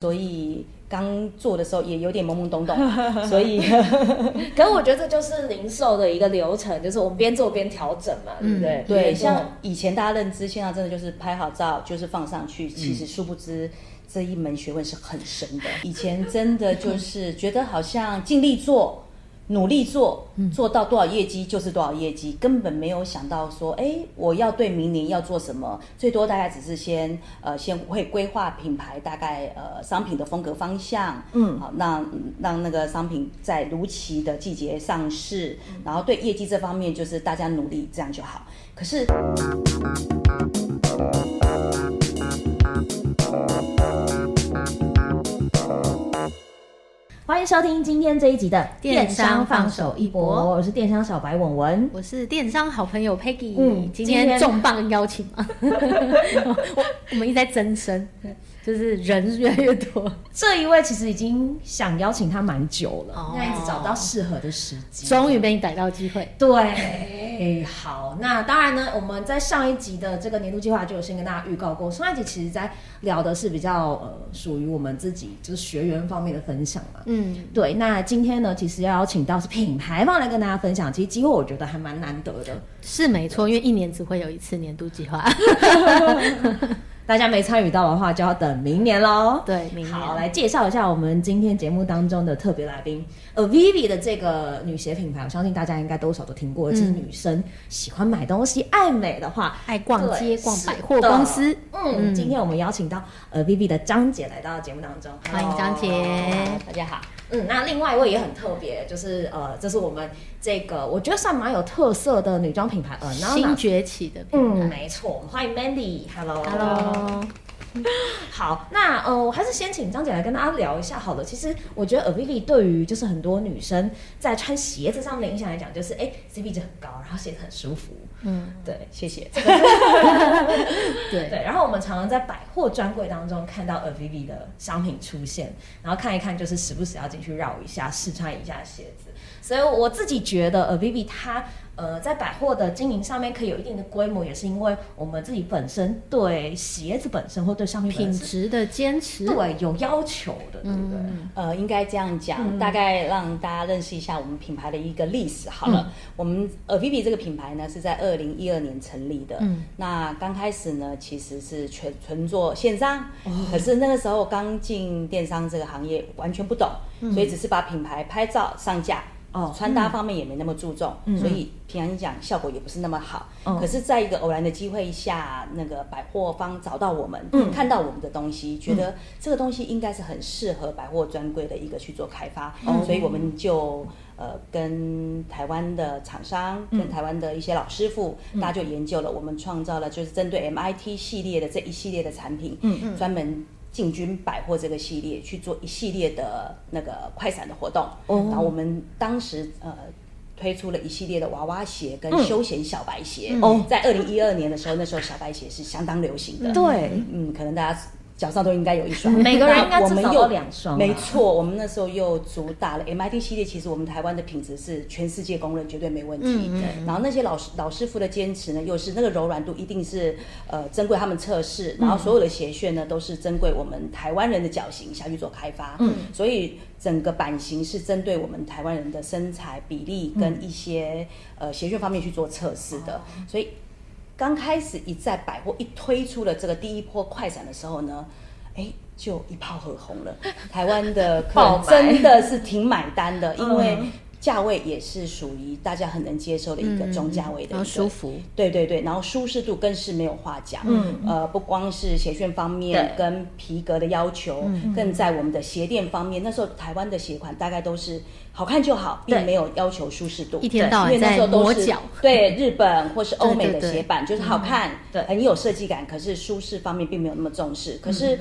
所以刚做的时候也有点懵懵懂懂，所以可是我觉得这就是零售的一个流程，就是我们边做边调整嘛，对不嗯对？对，没错像以前大家认知线上真的就是拍好照就是放上去，其实殊不知这一门学问是很深的。以前真的就是觉得好像尽力做。努力做，做到多少业绩就是多少业绩，根本没有想到说，哎，我要对明年要做什么，最多大概只是先呃先会规划品牌大概呃商品的风格方向，嗯，好，那让那个商品在如期的季节上市，然后对业绩这方面就是大家努力这样就好。可是欢迎收听今天这一集的电商放手一搏我是电商小白文文。我是电商好朋友 Peggy，、嗯今今天天重磅邀请嘛， 我我们一直在增生，就是人越来越多，这一位其实已经想邀请他蛮久了哦，那、一直找不到适合的时机，终于被你逮到机会。对，好，那当然呢，我们在上一集的这个年度计划就有先跟大家预告过，上一集其实在聊的是比较呃属于我们自己就是学员方面的分享嘛。嗯，对，那今天呢，其实要邀请到是品牌方来跟大家分享，其实机会我觉得还蛮难得 的。是没错，因为一年只会有一次年度 计划。大家没参与到的话，就要等明年喽。对，明年好，来介绍一下我们今天节目当中的特别来宾，呃，Vivi 的这个女鞋品牌，我相信大家应该多少都听嗯过，就是女生喜欢买东西、爱美的话，爱逛对街、逛是百货的公司。嗯，今天我们邀请到呃 Vivi 的张姐来到节目当中，欢迎张姐 Hello，大家好。嗯，那另外一位也很特别，就是呃，这是我们这个我觉得算蛮有特色的女装品牌，呃，然后新崛起的品嗯，牌。没错，我们欢迎 Mandy，Hello。 Hello，好，那呃，我还是先请张姐来跟大家聊一下好了。其实我觉得 Avili 对于就是很多女生在穿鞋子上面的影响来讲，就是哎、CP 值很高，然后鞋子很舒服。嗯，对谢谢，对，对，然后我们常常在百货专柜当中看到 Avili 的商品出现，然后看一看，就是时不时要进去绕一下，试穿一下鞋子。所以我自己觉得 Avili 它呃在百货的经营上面可以有一定的规模，也是因为我们自己本身对鞋子本身或对商品品本身质的坚持。对有要求的，对不对？呃，应该这样讲，大概让大家认识一下我们品牌的一个历史好了。我们呃 Vivi 这个品牌呢是在二零一二年成立的，嗯那刚开始呢其实是全纯做线上，可是那个时候刚进电商这个行业，完全不懂，所以只是把品牌拍照上架。哦穿搭方面也没那么注重，所以平常讲效果也不是那么好。哦可是，在一个偶然的机会下，那个百货方找到我们，看到我们的东西，觉得这个东西应该是很适合百货专柜的一个去做开发，所以我们就呃跟台湾的厂商、跟台湾的一些老师傅，大家就研究了，我们创造了就是针对 MIT 系列的这一系列的产品，专门。进军百货这个系列去做一系列的那个快闪的活动，然后我们当时呃推出了一系列的娃娃鞋跟嗯休闲小白鞋。哦，在二零一二年的时候，那时候小白鞋是相当流行的。对，嗯，可能大家脚上都应该有一双，每个人应该那我至们少又有两双啊没错，我们那时候又主打了 MIT 系列，其实我们台湾的品质是全世界公认，绝对没问题。对然后那些老师老师傅的坚持呢，又是那个柔软度一定是呃珍贵他们测试，然后所有的鞋楦呢都是珍贵我们台湾人的脚型下去做开发。嗯，所以整个版型是针对我们台湾人的身材比例跟一些、呃鞋楦方面去做测试的，所以。刚开始一在百货一推出了这个第一波快闪的时候呢，哎，就一炮而红 了。台湾的客爆人买真的是挺买单的，因为嗯价位也是属于大家很能接受的一个中价位的嗯一然后个舒服。对对对，然后舒适度更是没有话讲。嗯，呃，不光是鞋楦方面对跟皮革的要求，嗯更在我们的鞋垫方面，那时候台湾的鞋款大概都是好看就好，对并没有要求舒适度。一天到晚因为那时候都是在磨脚对日本或是欧美对的对对嗯鞋版，就是好看，对很有设计感，可是舒适方面并没有那么重视。可是。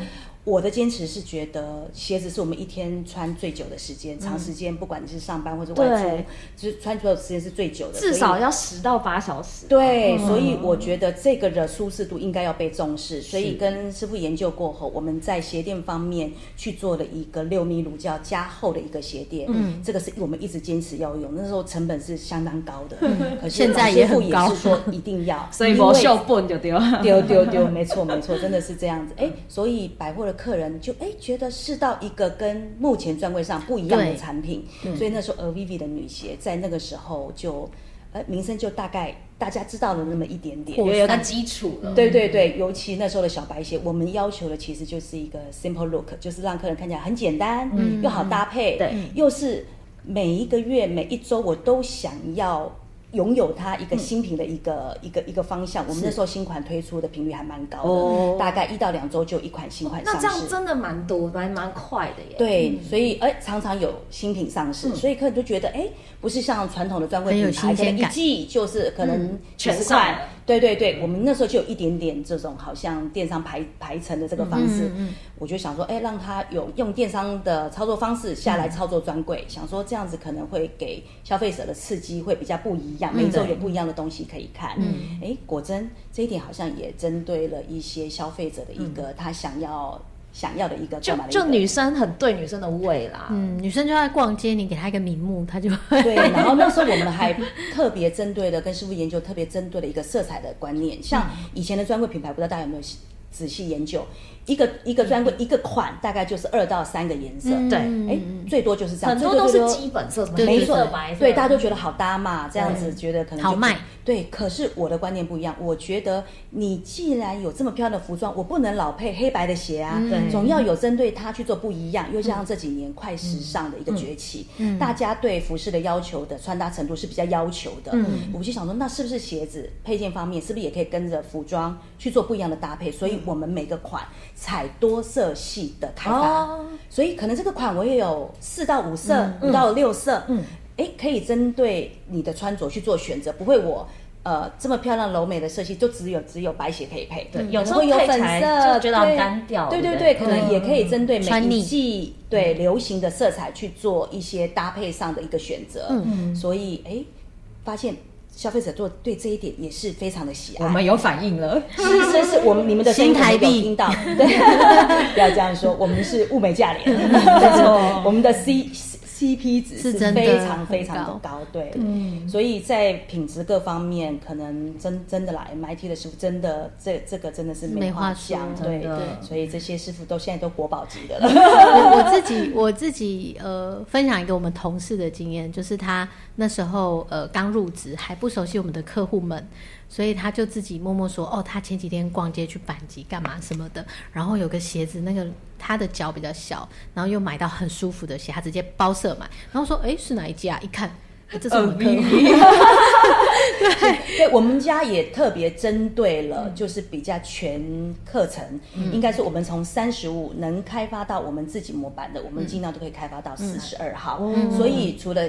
我的坚持是觉得鞋子是我们一天穿最久的时嗯间，长时间不管你是上班或者外出对，就是穿所有时间是最久的，至所以少要十到八小时。对，所嗯以我觉得这个的舒适度应该要被重视。所以跟师傅研究过后，我们在鞋垫方面去做了一个六米乳胶加厚的一个鞋垫。嗯，这个是我们一直坚持要用，那时候成本是相当高的，可是嗯现老在也师傅很高也是说一 定要，所以因我为秀笨就丢。丢丢丢，没错没错，真的是这样子。哎，所以百货的客人就哎觉得试到一个跟目前专柜上不一样的对产品，所以那时候 a v v 的女鞋在那个时候就呃名声就大概大家知道了那么一点点。有有个基础了。对对对，尤其那时候的小白鞋，我们要求的其实就是一个 simple look，就是让客人看起来很简单，又好搭配，嗯对，又是每一个月、每一周我都想要拥有它一嗯个新品的一个、一个一个方向。我们那时候新款推出的频率还蛮高的，哦大概一到两周就一款新款那上这市样。真的蛮多，蛮蛮快的耶。，对，所以哎，常常有新品上市，所以客人就觉得哎，不是像传统的专柜很有品牌，新可鲜能一感季就是可能全几十上块了对对对，我们那时候就有一点点这种好像电商排排程的这个方式，我就想说，哎，让他有用电商的操作方式下来操作专柜，想说这样子可能会给消费者的刺激会比较不一样，每周有不一样的东西可以看。嗯，哎，果真这一点好像也针对了一些消费者的一个他想要。想要的一个就购买的一就个女生很对女生的胃啦。嗯，女生就在逛街，你给她一个名目，她就 会 对，然后那时候我们还特别针对的，跟师傅研究特别针对了一个色彩的观念，像嗯以前的专柜品牌，不知道大家有没有细仔细研究，一个一个专柜、一个款大概就是二到三个颜色，对嗯哎、最多就是这样，嗯很多最都多是就基本色，什么对没黑错色、白色，对，大家都觉得好搭嘛，这样子觉得可能就好卖。对，可是我的观念不一样，我觉得你既然有这么漂亮的服装，我不能老配黑白的鞋啊，对总要有针对它去做不一样。又加嗯上这几年快时尚的一个崛起，大家对服饰的要求的穿搭程度是比较要求的。嗯我就想说，那是不是鞋子配件方面，是不是也可以跟着服装去做不一样的搭配？所嗯以我们每个款采多色系的开发。哦所以可能这个款我也有四到五色，五、到六色，嗯，哎，可以针对你的穿着去做选择，不会我。呃，这么漂亮柔美的色系，就只有只有白鞋可以配，对有时候会有配粉起来色，就觉得很对单调对对不对，对嗯可能也可以针对每穿一腻季对流行的色彩去做一些搭配上的一个选择，嗯，所以哎，发现消费者做对这一点也是非常的喜爱，我们有反应了。是是是，我们你们的声音新台我们有币听 到，对，不要这样说，我们是物美价廉，我们的 C C P 值是是真的非常非常很嗯的高，对，所以在品质各方面，可能真真的啦，MIT 的师傅真的这这个真的是是没话话讲，说对真的，所以这些师傅都现在都国宝级的了，我我自己我自己呃，分享一个我们同事的经验，就是他那时候呃刚入职，还不熟悉我们的客户们，所以他就自己默默说，哦，他前几天逛街去板级干嘛什么的，然后有个鞋子，那个他的脚比较小，然后又买到很舒服的鞋，他直接包色买，然后说，哎，是哪一家？一看，哎这是我们客户，对，我们家也特别针对嗯了，就是比较全课程，应该是我们从三十五能开发到我们自己模板的，我们尽量都可以开发到嗯四十二号。哦所以除了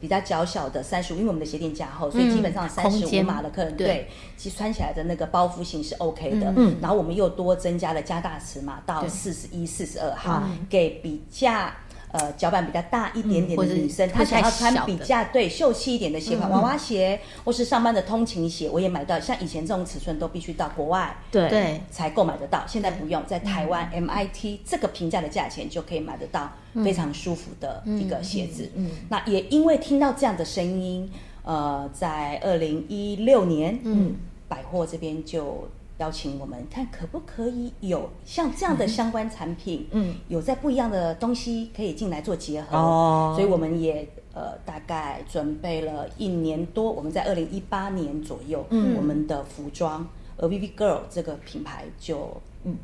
比较较小的三十五，因为我们的鞋垫加厚，所以基本上三嗯空十五间码的客人对嗯对，其实穿起来的那个包覆性是 OK 的。嗯然后我们又多增加了加大尺码到四十一、四十二号，给比较。呃，脚板比较大一点点的嗯或者女生，不她想太要穿小比的较。啊，对，秀气一点的鞋款，娃娃鞋或是上班的通勤鞋，我也买到。像以前这种尺寸都必须到国外对对，才购买得到，现在不用，在台湾 MIT 这个平价的价钱就可以买得到非常舒服的一个鞋子。嗯，那也因为听到这样的声音，呃，在二零一六年，嗯，百货这边就。邀请我们看可不可以有像这样的相关产品，嗯，有在不一样的东西可以进来做结合，哦所以我们也呃大概准备了一年多，我们在二零一八年左右，嗯，我们的服装呃 v v Girl 这个品牌就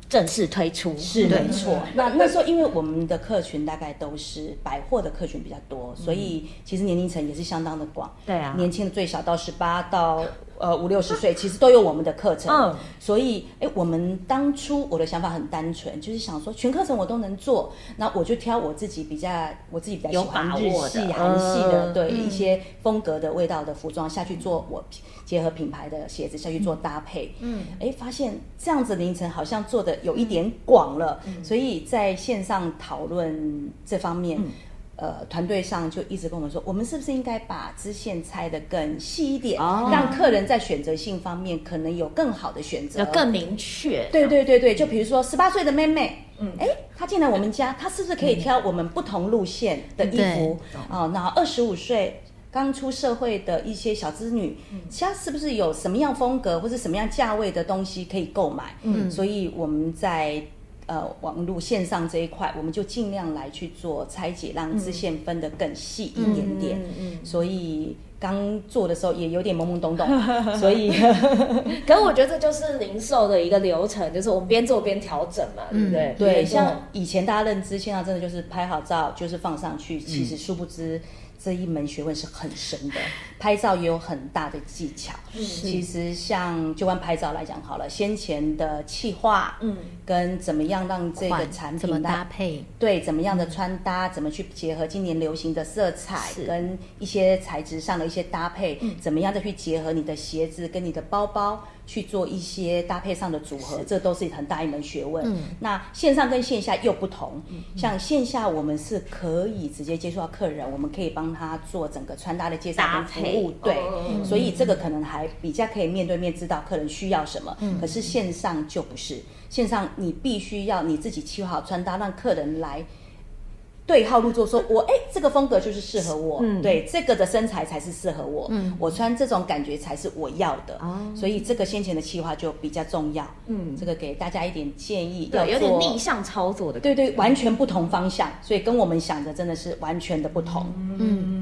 正式推出是没错。那那时候因为我们的客群大概都是百货的客群比较多，所以其实年龄层也是相当的广。对啊年轻的最小到十八到呃五六十 岁，其实都有我们的课程。嗯所以哎，我们当初我的想法很单纯，就是想说全课程我都能做，那我就挑我自己比较我自己比较喜有欢把日握的系、韩系的，嗯对一些风格的味道的服装下去做我结合品牌的鞋子下去做搭配。嗯，哎，发现这样子凌晨好像做的有一点广了，嗯所以在线上讨论这方面。嗯呃，团队上就一直跟我们说，我们是不是应该把支线拆得更细一点，哦让客人在选择性方面可能有更好的选择，要更明确。对对对对，就比如说十八岁的妹妹，嗯，哎，她进来我们家，她是不是可以挑我们不同路线的衣服？哦，那二十五岁。刚出社会的一些小资女，她是不是有什么样风格或者什么样价位的东西可以购买？嗯，所以我们在呃网络线上这一块，我们就尽量来去做拆解，让支线分得更细一嗯点点。所以刚做的时候也有点懵懵懂懂，所以可是我觉得这就是零售的一个流程，就是我们边做边调整嘛，对不嗯对？对，没错像以前大家认知线上真的就是拍好照就是放上去，嗯其实殊不知。这一门学问是很深的，拍照也有很大的技巧。嗯其实像就按拍照来讲好了，先前的企划，嗯，跟怎么样让这个款产怎么品搭搭配？对怎么样的穿搭，怎么去结合今年流行的色彩是跟一些材质上的一些搭配，怎么样再去结合你的鞋子跟你的包包去做一些搭配上的组合，这都是很大一门学问。那线上跟线下又不同，像线下我们是可以直接接触到客人，我们可以帮他做整个穿搭的介绍搭跟配服务，对，嗯所以这个可能还比较可以面对面知道客人需要什么，嗯可是线上就不是，线上你必须要你自己计划好穿搭，让客人来。对号入座，说我哎、这个风格就是适合我，嗯对这个的身材才是适合我，我穿这种感觉才是我要的，哦所以这个先前的计划就比较重要，嗯，这个给大家一点建议，要对，嗯有点做逆向操作的对感觉，对，完全不同方向，所以跟我们想的真的是完全的不同。嗯嗯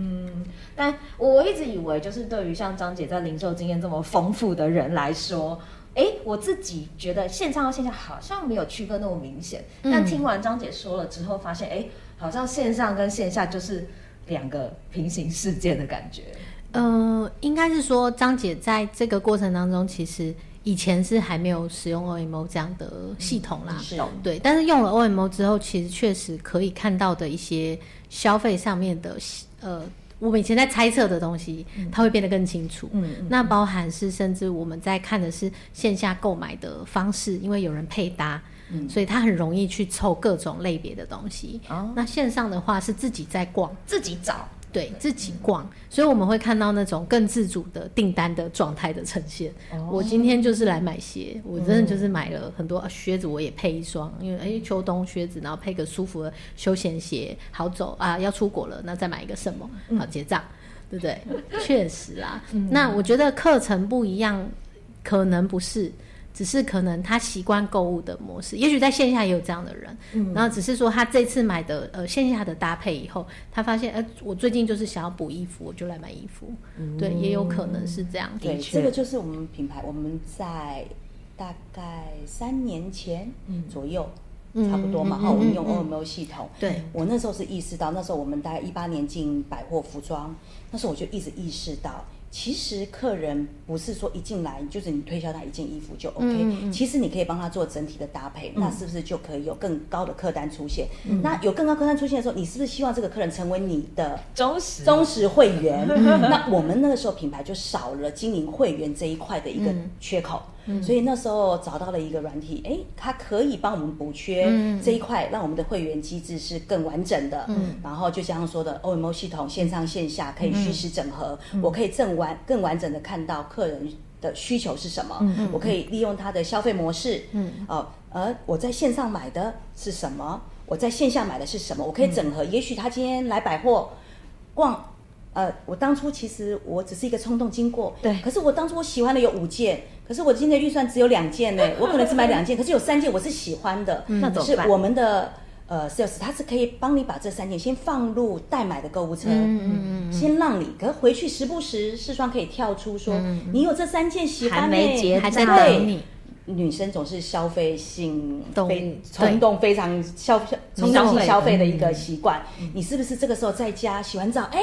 但我我一直以为，就是对于像张姐在零售经验这么丰富的人来说，诶，我自己觉得线上和线下好像没有区分那么明显。嗯但听完张姐说了之后，发现诶，好像线上跟线下就是两个平行世界的感觉。呃，应该是说张姐在这个过程当中，其实以前是还没有使用 OMO 这样的系统啦。嗯是，对，但是用了 OMO 之后，其实确实可以看到的一些消费上面的呃，我们以前在猜测的东西，它会变得更清楚。嗯，那包含是甚至我们在看的是线下购买的方式，因为有人配搭，嗯所以它很容易去凑各种类别的东西。哦那线上的话是自己在逛。自己找，对自己逛，所以我们会看到那种更自主的订单的状态的呈现。我今天就是来买鞋，我真的就是买了很多、啊靴子，我也配一双，因为哎、秋冬靴子，然后配个舒服的休闲鞋，好走啊，要出国了，那再买一个什么，好结账，对 不对？确实啊，那我觉得课程不一样，可能不是。只是可能他习惯购物的模式，也许在线下也有这样的人，然后只是说他这次买的呃线下的搭配以后，他发现呃我最近就是想要补衣服，我就来买衣服，对，也有可能是这样。对，确这个就是我们品牌，我们在大概三年前左右，嗯差不多嘛，嗯哈、我们用嗯 OMO 系统。对，我那时候是意识到，那时候我们大概一八年进百货服装，那时候我就一直意识到。其实客人不是说一进来就是你推销他一件衣服就嗯 OK，、其实你可以帮他做整体的搭配，那是不是就可以有更高的客单出现？嗯那有更高客单出现的时候，你是不是希望这个客人成为你的忠实，忠实会员。那我们那个时候品牌就少了经营会员这一块的一个缺口，所以那时候找到了一个软体，哎，它可以帮我们补缺这一块，让我们的会员机制是更完整的。然后就像说的哦 OMO 系统，线上线下可以虚实整合，我可以更完更完整的看到客人。的需求是什么？我可以利用他的消费模式，嗯，哦，而我在线上买的是什么？我在线下买的是什么？我可以整合。也许他今天来百货，逛。呃，我当初其实我只是一个冲动经过，对可是我当初我喜欢的有五件，可是我今天的预算只有两件 呢，我可能只买两件，可是有三件我是喜欢的。那怎可嗯么是办我们的呃 sales 他是可以帮你把这三件先放入代买的购物车，嗯嗯嗯，先让你，可是回去时不时试穿可以跳出说，你有这三件喜欢还呢，没结还在账等你，女生总是消费性动物非对冲动非常消冲消动性费消费的一个习惯。你是不是这个时候在家洗完澡，哎，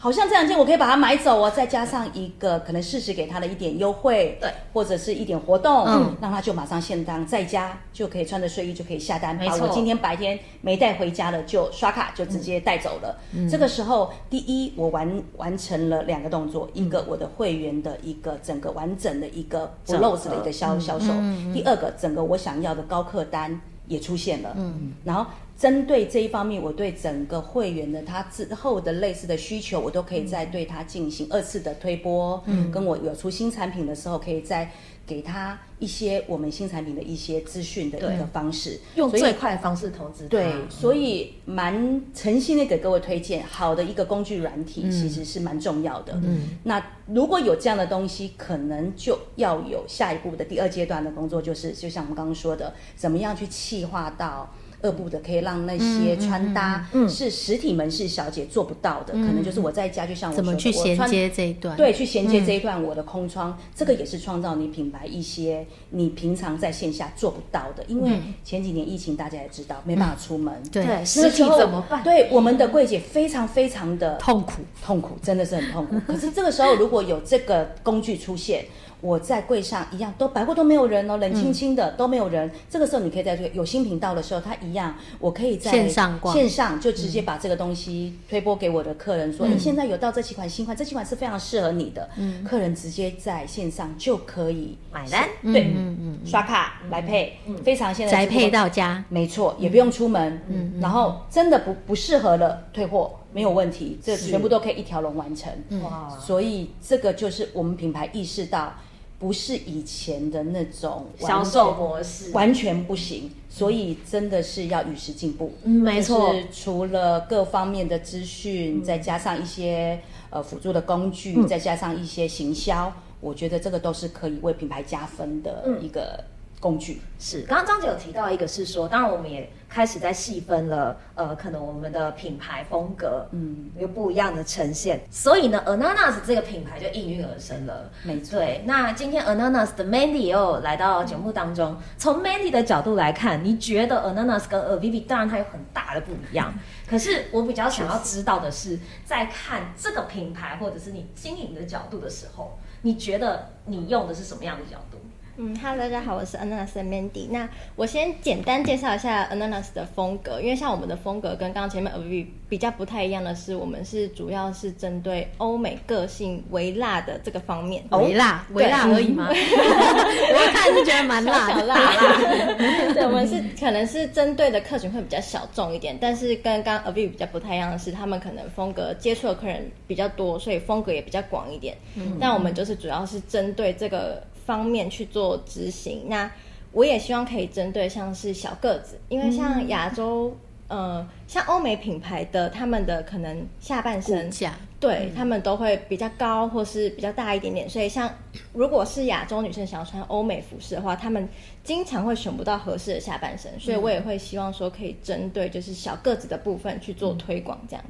好像这两件我可以把它买走哦，再加上一个可能适时给他的一点优惠，对，或者是一点活动，嗯让他就马上现当在家就可以穿着睡衣就可以下单，没把错我今天白天没带回家的就刷卡就直接带走了。这个时候，第一我完完成了两个动作，一个我的会员的一个整个完整的一个不整合 lose 的嗯一个销销售，第二个整个我想要的高客单也出现了，嗯，然后针对这一方面，我对整个会员的他之后的类似的需求，我都可以再对他进嗯行二次的推播。嗯，跟我有出新产品的时候，可以再给他一些我们新产品的一些资讯的一个方式，用所以最快的方式投资它。对，所以蛮诚心的给各位推荐，好的一个工具软嗯体其实是蛮重要的。嗯，那如果有这样的东西，可能就要有下一步的第二阶段的工作，就是就像我们刚刚说的，怎么样去气化到。二部的可以让那嗯些穿搭是实体门市小姐做不到的，可能就是我在家，就像我嗯怎说的，么去我衔穿接这一段？嗯对，去衔接这一段我的空窗，这个也是创造你品牌一些你平常在线下做不到的。因为前几年疫情，大家也知道没办法出门，嗯对对，那实个体时候怎么办？对，我们的柜姐非常非常的痛苦。痛苦，真的是很痛苦。 可是这个时候如果有这个工具出现，我在柜上一样，都百货都没有人哦，冷清清嗯的、都没有人。这个时候你可以在这个有新品到的时候，它一样，我可以在线上逛线上就直接把这个东西推播给我的客人说，嗯你、现在有到这几款新款，这几款是非常适合你的。客人直接在线上就可以买单，嗯对，刷卡来配，非常现在宅支付配到家，没错，也不用出门，嗯，然后真的不不适合了，退货没有问题，这全部都可以一条龙完成。哇，所以这个就是我们品牌意识到，不是以前的那种完销售模式。完全不行，所以真的是要与时进步。嗯没错就是除了各方面的资讯，再加上一些呃辅助的工具，再加上一些行销，我觉得这个都是可以为品牌加分的一个工具。是，刚刚张姐有提到一个是说，当然我们也开始在细分了，呃，可能我们的品牌风格，嗯，有不一样的呈现，所以呢，Ananas 这个品牌就应运而生了。没错，对，那今天 Ananas 的 Mandy 也有来到节目当中，从 Mandy 的角度来看，你觉得 Ananas 跟 Avivi 当然它有很大的不一样，可是我比较想要知道的是，在看这个品牌或者是你经营的角度的时候，你觉得你用的是什么样的角度？嗯，Hello，大家好，我是 Ananas 的 Mandy。那我先简单介绍一下 Ananas 的风格，因为像我们的风格跟刚刚前面 Avi 比较不太一样的是，我们是主要是针对欧美个性微辣的这个方面。哦微辣，对微辣而已嘛。 我看是觉得 蛮辣小啊的，辣啦，啊 对，我们是可能是针对的客群会比较小众一点，但是跟刚刚 Avi 比较不太一样的是，他们可能风格接触的客人比较多，所以风格也比较广一点。但我们就是主要是针对这个方面去做执行。那我也希望可以针对像是小个子，因为像亚洲，呃，像欧美品牌的他们的可能下半身骨架对、他们都会比较高或是比较大一点点，所以像 如果是亚洲女生想要穿欧美服饰的话，她们经常会选不到合适的下半身，所以我也会希望说可以针对就是小个子的部分去做推广，这样。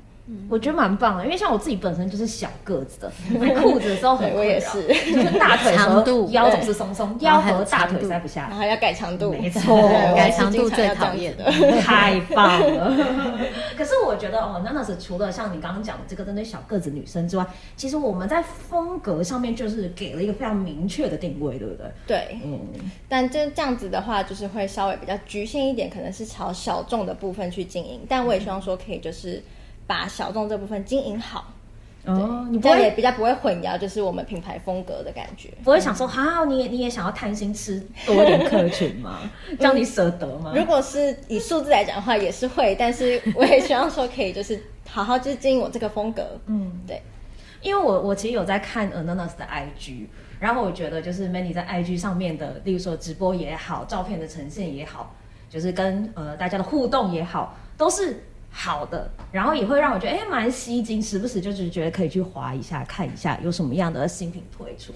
我觉得蛮棒的，因为像我自己本身就是小个子的，买裤子的时候很对我也困是扰，就是大腿长和度腰总是松松，腰和大腿塞不然下后要改长度，没错对我改也是长度经常最要这样讨厌子的。了。来，太棒了。 可是我觉得哦，Nanas 除了像你刚刚讲的这个针对小个子女生之外，其实我们在风格上面就是给了一个非常明确的定位，对不对？对，嗯，但这这样子的话，就是会稍微比较局限一点，可能是朝小众的部分去经营。但我也希望说，可以就是把小众这部分经营好，哦，你不这样也会比较不会混淆，就是我们品牌风格的感觉。不会想说，哈，你也你也想要贪心吃多一点客群吗？这样你舍得吗？如果是以数字来讲的话，也是会，但是我也希望说，可以就是好好就是经营我这个风格。嗯，对，因为我我其实有在看 Ananas 的 IG，然后我觉得就是 Mandy 在 IG 上面的，例如说直播也好，照片的呈现也好，就是跟呃大家的互动也好，都是好的，然后也会让我觉得哎蛮吸睛，时不时就是觉得可以去划一下看一下有什么样的新品推出。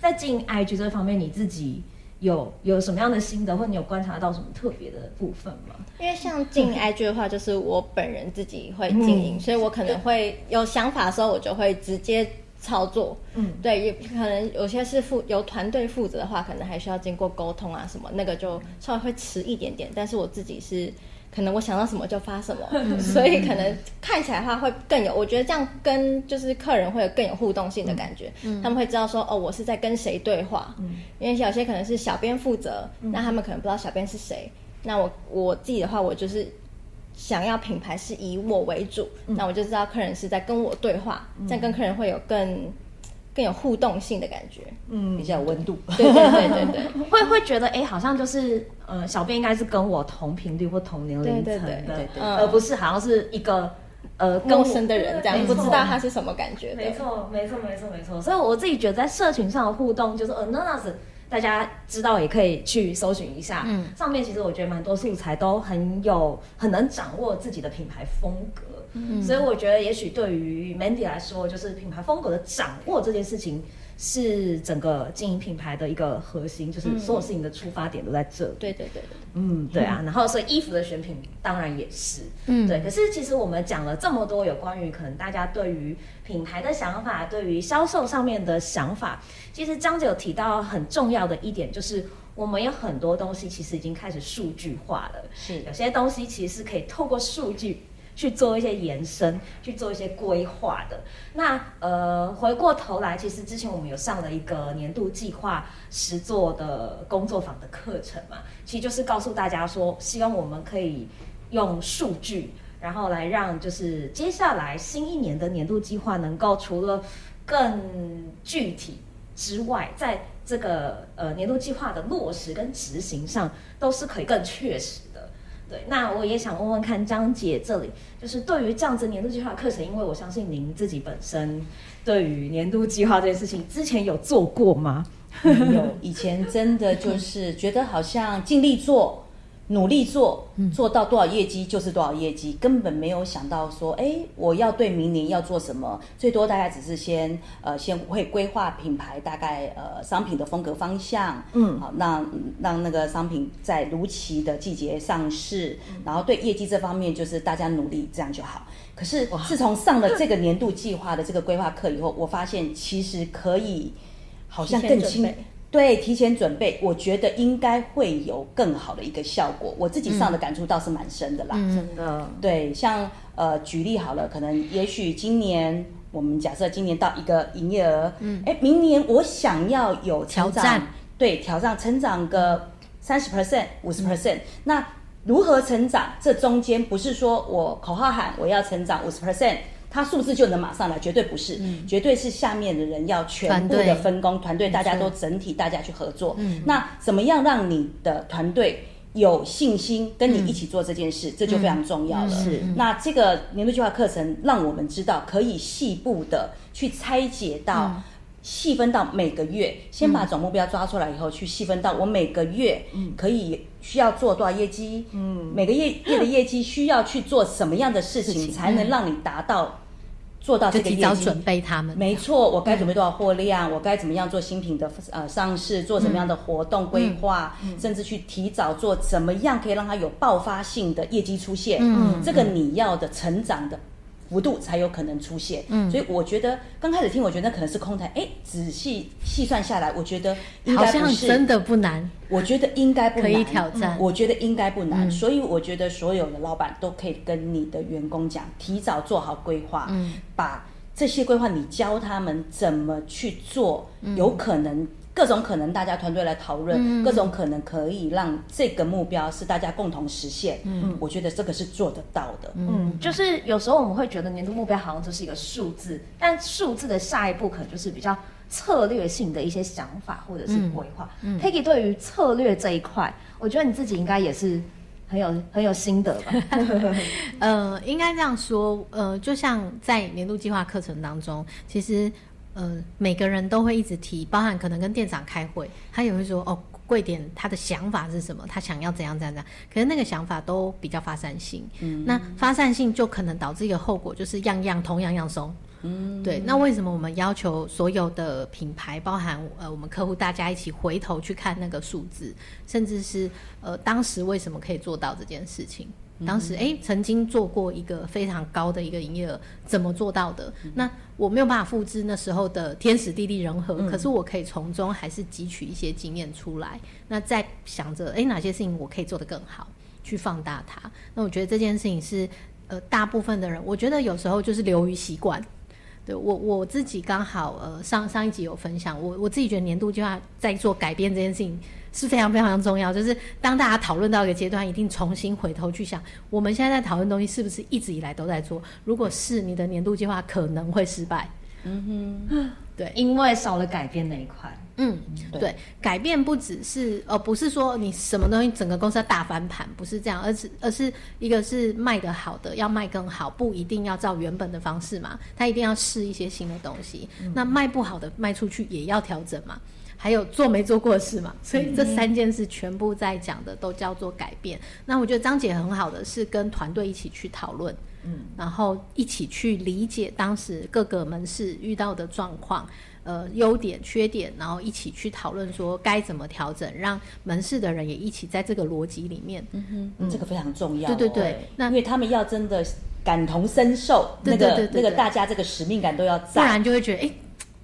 在经营 IG 这方面，你自己有有什么样的心得，或你有观察到什么特别的部分吗？因为像经营 IG 的话，就是我本人自己会经营，所以我可能会有想法的时候，我就会直接操作。嗯，对，也可能有些是负由团队负责的话，可能还需要经过沟通啊什么，那个就稍微会迟一点点。但是我自己是，可能我想到什么就发什么，所以可能看起来的话会更有，我觉得这样跟就是客人会有更有互动性的感觉，他们会知道说哦，我是在跟谁对话，因为有些可能是小编负责，嗯那他们可能不知道小编是谁。那我我自己的话，我就是想要品牌是嗯以我为主，那我就知道客人是在跟我对话，这样跟客人会有更更有互动性的感 觉。比较有温度。对对对对对。会会觉得哎、诶好像就是呃，小编应该是跟我同频率或同年龄层对对的，对对对而不是好像是一个呃跟陌我生的人这样没不错知道他是什么感觉没的，错，没错，没错，没错。所以我自己觉得在社群上的互动，就是 Anonymous，大家知道也可以去搜寻一下。嗯上面其实我觉得蛮多素材都很有很能掌握自己的品牌风格。所以我觉得也许对于 Mandy 来说，就是品牌风格的掌握这件事情。是整个经营品牌的一个核心，就是所有事情的出发点都在这里。对对对对。嗯，对啊，然后所以衣服的选品当然也是，嗯对。可是其实我们讲了这么多有关于可能大家对于品牌的想法，对于销售上面的想法，其实张姐有提到很重要的一点，就是我们有很多东西其实已经开始数据化了，是有些东西其实是可以透过数据。去做一些延伸，去做一些规划的。那呃，回过头来，其实之前我们有上了一个年度计划实作的工作坊的课程嘛，其实就是告诉大家说，希望我们可以用数据，然后来让就是接下来新一年的年度计划能够除了更具体之外，在这个呃年度计划的落实跟执行上，都是可以更确实的。对，那我也想问问看张姐这里，就是对于这样子年度计划的课程，因为我相信您自己本身对于年度计划这件事情之前有做过吗？没有，以前真的就是觉得好像尽力做、努力做，做到多少业绩就是多少业绩，根本没有想到说，哎，我要对明年要做什么。最多大概只是先呃，先会规划品牌大概呃商品的风格方向，嗯，好，那让那个商品在如期的季节上市，然后对业绩这方面就是大家努力，这样就好。可是自从上了这个年度计划的这个规划课以后，我发现其实可以。好像更提前准清备，对，提前准备，我觉得应该会有更好的一个效果。我自己上的感触倒是蛮深的啦。嗯的，对，像呃，举例好了，可能也许今年我们假设今年到一个营业额，嗯，哎，明年我想要有成挑长战对，挑战成长个三十 percent、五十嗯 percent，那如何成长？这中间不是说我口号喊我要成长五十 percent。它数字就能马上来，绝对不是，嗯绝对是下面的人要全部团队嗯的分工，团队大家都整体大家去合作。那怎么样让你的团队有信心跟你一起做这件嗯事，这就非常重要了。是那这个年度计划课程让我们知道，可以细部的去拆解到、嗯细分到每个月，先把总目标抓出来以后，去细分到我每个月嗯可以需要做多少业绩，嗯，每个月月的业绩需要去做什么样的事情，才能让你达到做到嗯就这个业提绩？早准备他们。没错，我该准备多少货量，我该怎么样做新品的呃上市，做什么样的活动规划，甚至去提早做怎么样可以让它有爆发性的业绩出现。嗯，这个你要的成长的。幅度才有可能出现，嗯，所以我觉得刚开始听，我觉得那可能是空谈，哎，仔细细算下来，我觉得应好该不像是，真的不难，我觉得应该不难，嗯可以挑战嗯我觉得应该不难，所以我觉得所有的老板都可以跟你的员工讲，提早做好规划，嗯把这些规划你教他们怎么去做，嗯有可能。各种可能，大家团队来讨论，各种可能可以让这个目标是大家共同实现。嗯，我觉得这个是做得到的。嗯，就是有时候我们会觉得年度目标好像就是一个数字，但数字的下一步可能就是比较策略性的一些想法或者是规划。Peggy 对于策略这一块，我觉得你自己应该也是很有很有心得吧？呃，应该这样说，呃，就像在年度计划课程当中，其实呃每个人都会一直提，包含可能跟店长开会，他也会说哦，贵点他的想法是什么，他想要怎样怎样怎样，可是那个想法都比较发散性，那发散性就可能导致一个后果，就是样样同样样松。嗯，对。那为什么我们要求所有的品牌，包含呃我们客户，大家一起回头去看那个数字，甚至是呃当时为什么可以做到这件事情？当时哎、诶曾经做过一个非常高的一个营业额，怎么做到的？那我没有办法复制那时候的天时地利人和，可是我可以从中还是汲取一些经验出来。那再想着哎、诶哪些事情我可以做得更好，去放大它。那我觉得这件事情是呃，大部分的人，我觉得有时候就是流于习惯。对我我自己刚好呃上上一集有分享，我我自己觉得年度计划在做改变这件事情是非常非常重要，就是当大家讨论到一个阶段，一定重新回头去想，我们现在在讨论东西是不是一直以来都在做？如果是，你的年度计划可能会失败。嗯哼，对因为少了改变那一块。嗯，对对，改变不只是哦，不是说你什么东西整个公司要大翻盘，不是这样，而是而是一个是卖的好的要卖更好，不一定要照原本的方式嘛，他一定要试一些新的东西。那卖不好的卖出去也要调整嘛，还有做没做过的事嘛，所以这三件事全部在讲的都叫做改变。那我觉得张姐很好的是跟团队一起去讨论，嗯，然后一起去理解当时各个门市遇到的状况。呃优点、缺点，然后一起去讨论说该怎么调整，让门市的人也一起在这个逻辑里面。嗯这个非常重要哦、嗯对对对那因为他们要真的感同身受，对对对那对个对那个大家这个使命感都要不在。然就会觉得，哎，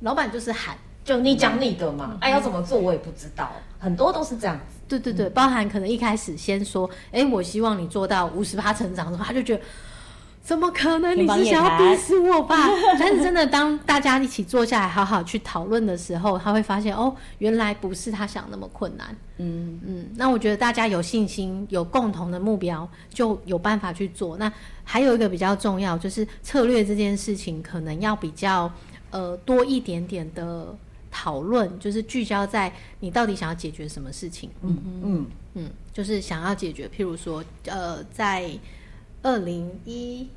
老板就是喊。就你讲你的嘛，哎、要怎么做我也不知道，很多都是这样子。对对对，包含可能一开始先说，哎，我希望你做到五十趴成长的时候，他就觉得。怎么可能？你天方是夜想要谭逼死我吧？但是真的，当大家一起坐下来好好去讨论的时候，他会发现哦，原来不是他想那么困难。嗯，嗯，那我觉得大家有信心，有共同的目标，就有办法去做。那还有一个比较重要，就是策略这件事情，可能要比较呃多一点点的讨论，就是聚焦在你到底想要解决什么事情。嗯嗯嗯，就是想要解决，譬如说，呃，在二零一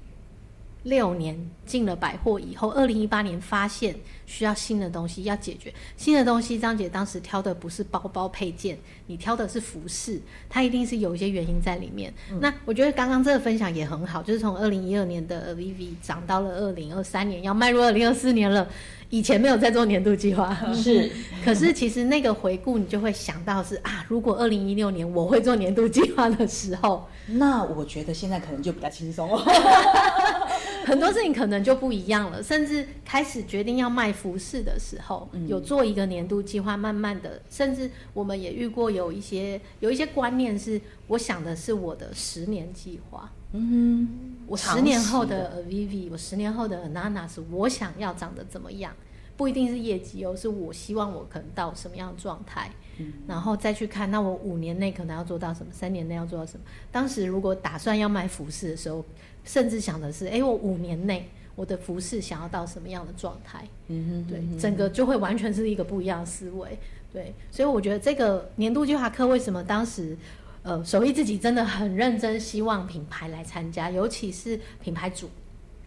六年进了百货以后，二零一八年发现需要新的东西要解决新的东西。张姐当时挑的不是包包配件，你挑的是服饰，它一定是有一些原因在里面。那我觉得刚刚这个分享也很好，就是从二零一二年的 VV 涨到了二零二三年，要迈入二零二四年了。以前没有在做年度计划，是 可是其实那个回顾，你就会想到是啊，如果二零一六年我会做年度计划的时候，那我觉得现在可能就比较轻松哦。很多事情可能就不一样了。甚至开始决定要卖服饰的时候，有做一个年度计划，慢慢的，甚至我们也遇过有一些有一些观念是，我想的是我的十年计划，嗯，我长十年期后的的 Vivi，我十年后的 Nana 是我想要长得怎么样，不一定是业绩哦，是我希望我可能到什么样的状态，然后再去看，那我五年内可能要做到什么，三年内要做到什么。当时如果打算要卖服饰的时候，甚至想的是，哎，我五年内我的服饰想要到什么样的状态？嗯对，整个就会完全是一个不一样的思维。对，所以我觉得这个年度计划课为什么当时呃，手艺自己真的很认真，希望品牌来参加，尤其是品牌主，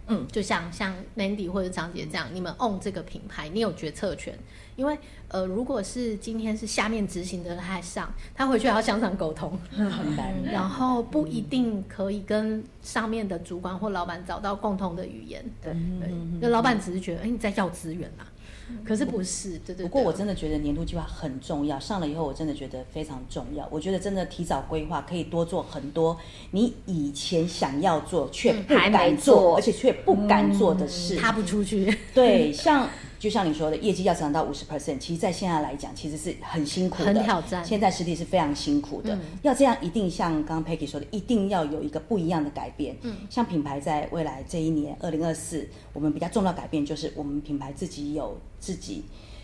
嗯，就像像 Mandy 或者张姐这样，你们 own 这个品牌，你有决策权。因为呃，如果是今天是下面执行的人来上，他回去还要向上沟通， 很嗯难。嗯然后不一定可以跟上面的主管或老板找到共同的语言。对嗯对，那老板只是觉得，哎、你在要资源啊，可是不是，对对对。不过我真的觉得年度计划很重要，上了以后我真的觉得非常重要。我觉得真的提早规划可以多做很多你以前想要做却不还没敢做而且却不敢做的事。踏不出去，对，像就像你说的，业绩要成长到五十 percent，其实在现在来讲，其实是很辛苦的，很挑战现在实体是非常辛苦的，要这样一定像刚刚 Peggy 说的，一定要有一个不一样的改变。嗯，像品牌在未来这一年二零二四，我们比较重要的改变就是我们品牌自己有自己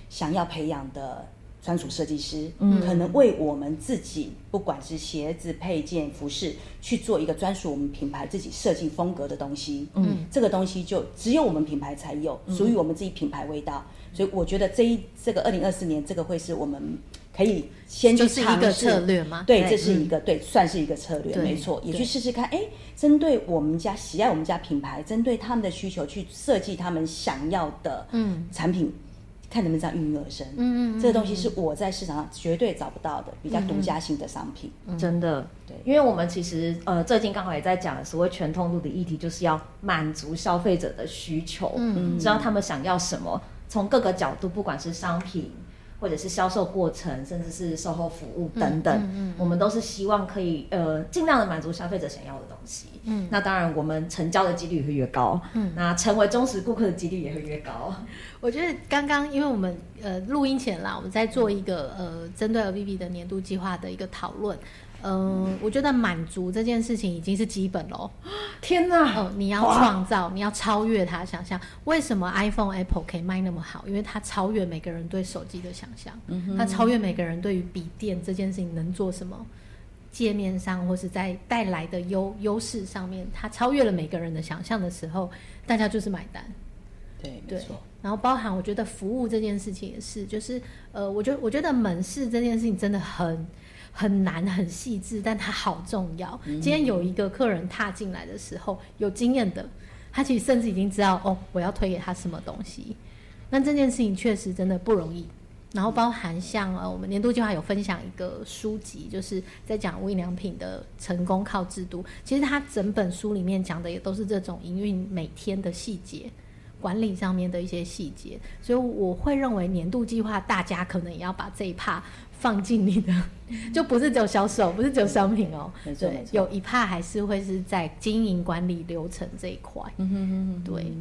想要培养的。专属设计师，嗯，可能为我们自己，不管是鞋子、配件、服饰，去做一个专属我们品牌自己设计风格的东西，嗯，这个东西就只有我们品牌才有，属于我们自己品牌味道。所以我觉得这一这个二零二四年，这个会是我们可以先就去是尝试一个策略嘛。对，对这是一个对，算是一个策略，对没错，也对去试试看。哎，针对我们家喜爱我们家品牌，针对他们的需求去设计他们想要的嗯产品，看能不能这样应运而生。嗯嗯嗯这个东西是我在市场上绝对找不到的，比较独家性的商品。真的，对因为我们其实呃最近刚好也在讲所谓全通路的议题，就是要满足消费者的需求，嗯嗯，知道他们想要什么，从各个角度，不管是商品。或者是销售过程，甚至是售后服务等等，我们都是希望可以呃尽量的满足消费者想要的东西。嗯，那当然我们成交的几率也会越高，嗯，那成为忠实顾客的几率也会越高。我觉得刚刚因为我们呃录音前啦，我们在做一个呃针对 LVB 的年度计划的一个讨论。嗯、我觉得满足这件事情已经是基本喽。天哪！哦，你要创造，你要超越它想象。为什么 iPhone、Apple 可以卖那么好？因为它超越每个人对手机的想象，它超越每个人对于笔电这件事情能做什么。界面上或是在带来的优优势上面，它超越了每个人的想象的时候，大家就是买单。对，没对错。，然后包含我觉得服务这件事情也是，就是呃，我觉得我觉得门市这件事情真的很很难很细致，但它好重要。嗯今天有一个客人踏进来的时候，有经验的，他其实甚至已经知道哦，我要推给他什么东西。那这件事情确实真的不容易。然后包含像呃，我们年度计划有分享一个书籍，就是在讲无印良品的成功靠制度。其实它整本书里面讲的也都是这种营运每天的细节。管理上面的一些细节，所以我会认为年度计划大家可能也要把这一 part 放进你的， 就不是只有销售，不是只有商品哦，没错对没错有一 part 还是会是在经营管理流程这一块，嗯哼哼哼，对。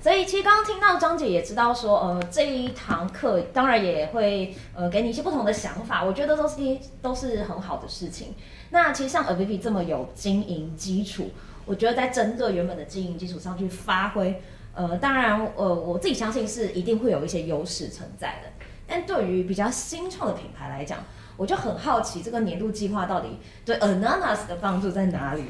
所以其实刚刚听到张姐也知道说，呃，这一堂课当然也会呃给你一些不同的想法，我觉得都是一都是很好的事情。那其实像 a v i v 这么有经营基础，我觉得在针对原本的经营基础上去发挥，呃，当然呃我自己相信是一定会有一些优势存在的。但对于比较新创的品牌来讲，我就很好奇这个年度计划到底对 Ananas 的帮助在哪里？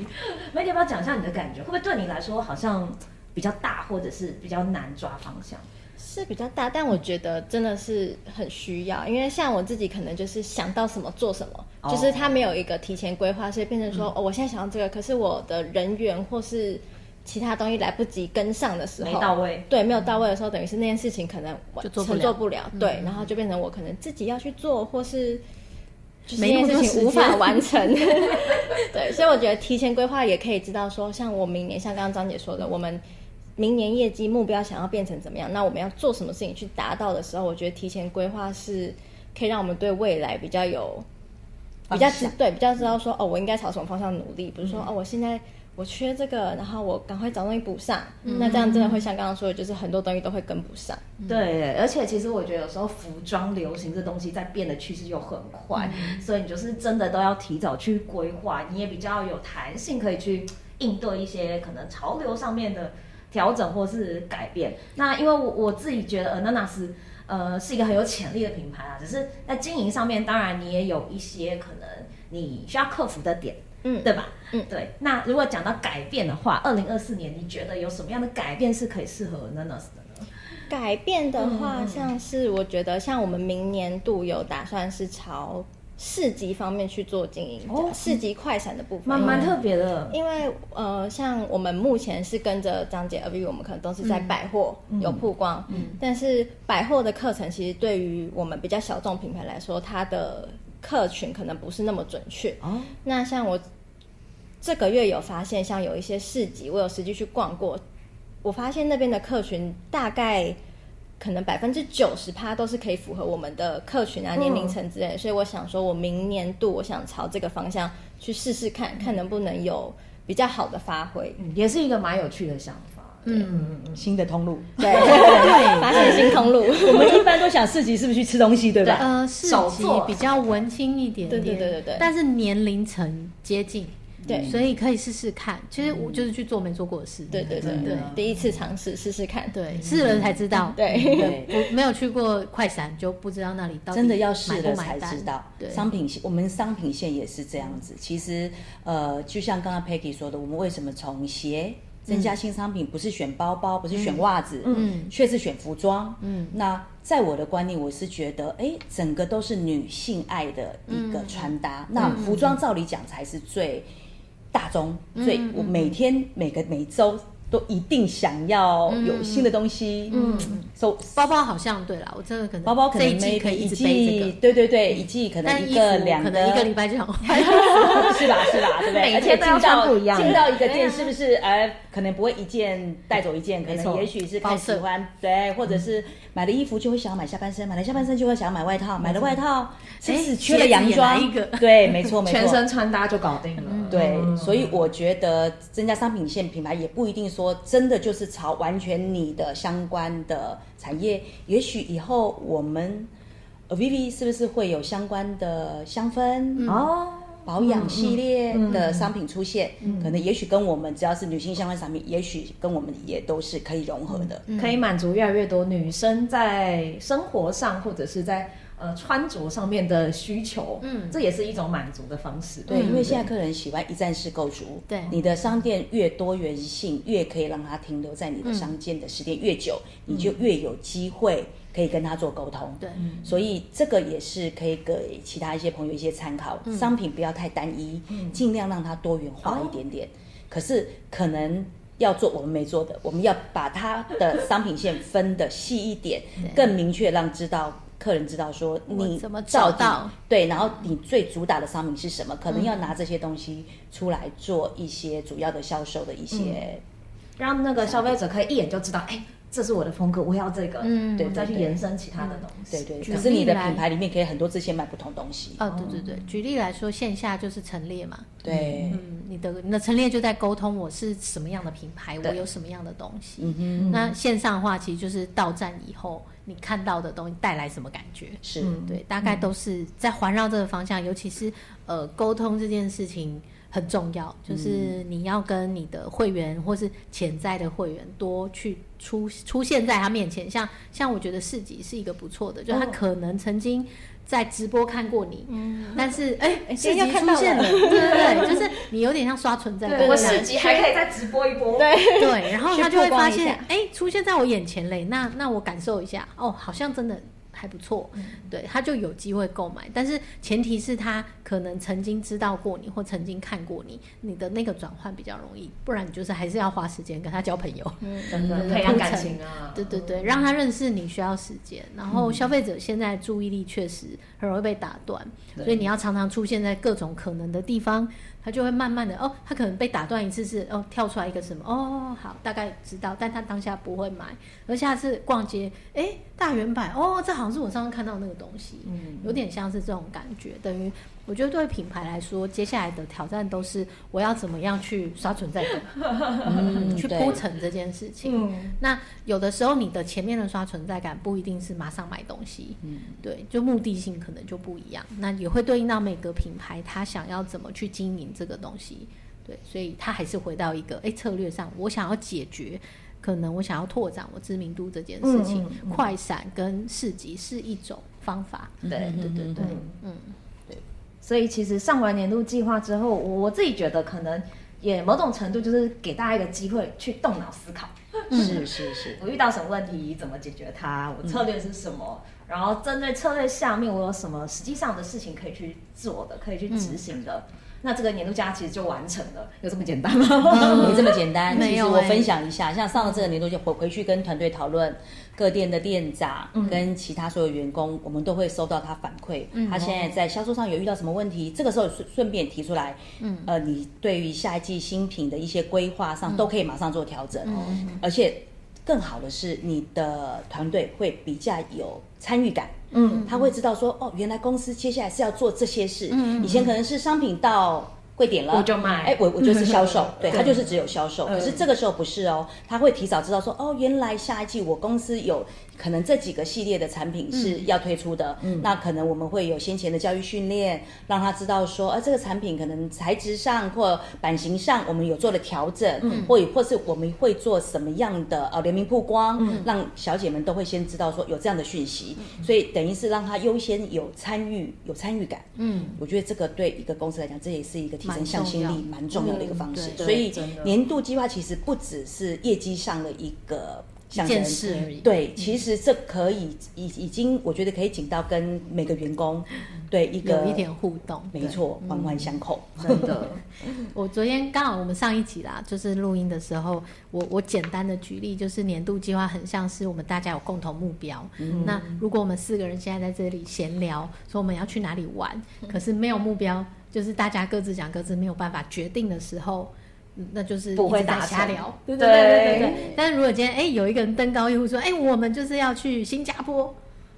那你要不要讲一下你的感觉？会不会对你来说好像比较大，或者是比较难抓方向？是比较大，但我觉得真的是很需要，因为像我自己可能就是想到什么做什么，哦就是他没有一个提前规划，所以变成说、嗯哦，我现在想到这个，可是我的人员或是其他东西来不及跟上的时候，没到位对，没有到位的时候，等于是那件事情可能完就做不成了嗯做不了，对，然后就变成我可能自己要去做，或是。就是没这那么件多事情无时法间完成， 对，所以我觉得提前规划也可以知道说，像我明年，像刚刚张姐说的，我们明年业绩目标想要变成怎么样，那我们要做什么事情去达到的时候，我觉得提前规划是可以让我们对未来比较有比较方知向对比较知道说哦，我应该朝什么方向努力，不是说、哦，我现在我缺这个，然后我赶快找东西补上，那这样真的会像刚刚说的，就是很多东西都会跟不上。对，而且其实我觉得有时候服装流行这东西在变的趋势又很快，所以你就是真的都要提早去规划，你也比较有弹性，可以去应对一些可能潮流上面的调整或是改变。那因为我我自己觉得 Ananas 呃是一个很有潜力的品牌啊，只是在经营上面，当然你也有一些可能你需要克服的点。嗯对吧？嗯对。那如果讲到改变的话，二零二四年你觉得有什么样的改变是可以适合 Nanas 的呢？改变的话，像是我觉得像我们明年度有打算是朝市集方面去做经营，哦市集快闪的部分，蛮蛮特别的，因为呃，像我们目前是跟着张姐 v 我们可能都是在百货、有曝光，但是百货的课程其实对于我们比较小众品牌来说，它的客群可能不是那么准确。哦，那像我这个月有发现，像有一些市集，我有实际去逛过，我发现那边的客群大概可能百分之九十趴都是可以符合我们的客群啊、嗯年龄层之类的，所以我想说，我明年度我想朝这个方向去试试看，看能不能有比较好的发挥。嗯也是一个蛮有趣的想法。嗯，新的通路。对，发现新通路。嗯 我们一般都想市集是不是去吃东西，对吧？呃，市手集作比较文青一点点，对对对对对但是年龄层接近，对所以可以试试看。其实我就是去做没做过的事，对对对对对，第一次尝试试试看。对，试了才知道，对， 对，我没有去过快闪，就不知道那里到底真的要试买了不买才单知道。对，商品线我们商品线也是这样子。其实，呃，就像刚刚 Peggy 说的，我们为什么从鞋增加新商品，不是选包包，不是选袜子，嗯，却是选服装，嗯。那在我的观念，我是觉得，哎，整个都是女性爱的一个穿嗯搭。那服装照理讲才是最大众，嗯最我每天每个每周。都一定想要有新的东西，嗯，收包包好像对啦，我真的可能包包可能这一季 maybe 可以一一直背这季个，，嗯对对对，一季可能但一衣个服两可个，能一个礼拜就想换。 是吧是 吧，对不对？每而且天都要进到穿不一样的进到一个啊店是不是？呃，可能不会一件带走一件，可没能错也许是包看喜色嗯欢，对，或者是买了衣服就会想要买下半身，买了下半身就会想要买外套，买了外套是不是缺了洋哎鞋子装也来一个？对，没错没错，全身穿搭就搞定了。对，所以我觉得增加商品线品牌也不一定说真的就是朝完全你的相关的产业，也许以后我们 Vivi 是不是会有相关的香氛、哦，保养系列的商品出现？可能也许跟我们只要是女性相关产品，也许跟我们也都是嗯可以融合的。可以满足越来越多女生在生活上或者是在。呃穿着上面的需求，嗯，这也是一种满足的方式。对，因为现在客人喜欢一站式购足，对你的商店越多元性，越可以让他停留在你的商店的时间越久，你就越有机会可以跟他做沟通。对，所以这个也是可以给其他一些朋友一些参考，嗯商品不要太单一，尽量让它多元化一点点。可是可能。要做我们没做的，我们要把它的商品线分的细一点，更明确，让知道客人知道说我你怎么到找底到嗯对，然后你最主打的商品是什么？可能要拿这些东西出来做一些主要的销售的一些，嗯让那个消费者可以一眼就知道，哎、这是我的风格，我要这个，嗯我再去对对对延伸其他的东西。对举对。可是你的例来品牌里面可以很多支线卖不同东西，哦，对对对，举例来说，线下就是陈列嘛，对，嗯，你的你的陈列就在沟通我是什么样的品牌，我对有什么样的东西。嗯哼，那线上的话，其实就是到站以后你看到的东西带来什么感觉，是，对，嗯大概都是在环绕这个方向，尤其是呃沟通这件事情很重要，就是嗯你要跟你的会员或是潜在的会员多去出出现在他面前，像像我觉得市集是一个不错的，就他哦可能曾经。在直播看过你，但是哎，市嗯现在集看出到现了了，对对对， 就是你有点像刷存在对，感我对市集还可以再直播一波。对，对，然后去他就会曝光发一现下，哎，出现在我眼前嘞，那那我感受一下，哦，好像真的还不错，嗯对，他就有机会购买，但是前提是他可能曾经知道过你或曾经看过你，你的那个转换比较容易，不然你就是还是要花时间跟他交朋友，真的嗯培养铺感陈情啊，对对对，让他认识你需要时间，然后嗯消费者现在注意力确实很容易被打断，所以你要常常出现在各种可能的地方，他就会慢慢的哦，他可能被打断一次是哦跳出来一个什么哦好大概知道，但他当下不会买，而下次逛街哎大圆摆哦这好像是我上次看到那个东西，嗯有点像是这种感觉，等于我觉得对品牌来说，接下来的挑战都是我要怎么样去刷存在感，嗯 去对铺陈这件事情。嗯，那有的时候你的前面的刷存在感不一定是马上买东西，嗯，对，就目的性可能就不一样。那也会对应到每个品牌它想要怎么去经营这个东西，对，所以它还是回到一个哎策略上，我想要解决。可能我想要拓展我知名度这件事情，嗯嗯嗯快闪跟市集是一种方法。对嗯对对对，嗯嗯，所以其实上完年度计划之后，我我自己觉得可能也某种程度就是给大家一个机会去动脑思考，是是是，我遇到什么问题怎么解决它，我策略是什么，然后针对策略下面我有什么实际上的事情可以去做的，可以去执行的。那这个年度假其实就完成了，有这么简单吗？嗯没这哎么简单。没其实有我欸分享一下，像上了这个年度就回回去跟团队讨论，各店的店长跟其他所有员工，我们都会收到他反馈，他现在在销售上有遇到什么问题，这个时候顺顺便提出来，嗯，呃，你对于下一季新品的一些规划上都可以马上做调整，而且更好的是你的团队会比较有参与感。嗯，他会知道说，哦，原来公司接下来是要做这些事。以前可能是商品到柜点了，嗯我就卖，哎，我我就是销售 对对他就是只有销售。嗯可是这个时候不是哦，他会提早知道说，哦，原来下一季我公司有可能这几个系列的产品是要推出的，那可能我们会有先前的教育训练，让他知道说，呃，这个产品可能材质上或版型上我们有做了调整，或或是我们会做什么样的呃联名曝光，让小姐们都会先知道说有这样的讯息，所以等于是让他优先有参与有参与感。嗯，我觉得这个对一个公司来讲，这也是一个提升向心力蛮重要的一个方式。嗯对所以真的年度计划其实不只是业绩上的一个象一征件事而已。对，其实这可以已已经，我觉得可以紧到跟每个员工对一个有一点互动，没错，环环相扣。真的，我昨天刚好我们上一集啦，就是录音的时候，我我简单的举例，就是年度计划很像是我们大家有共同目标。那如果我们四个人现在在这里闲聊，说我们要去哪里玩，可是没有目标，就是大家各自讲各自，没有办法决定的时候。嗯那就是不会一直在达成瞎聊，对对对对对。但是如果今天哎、有一个人登高一呼说，哎、我们就是要去新加坡，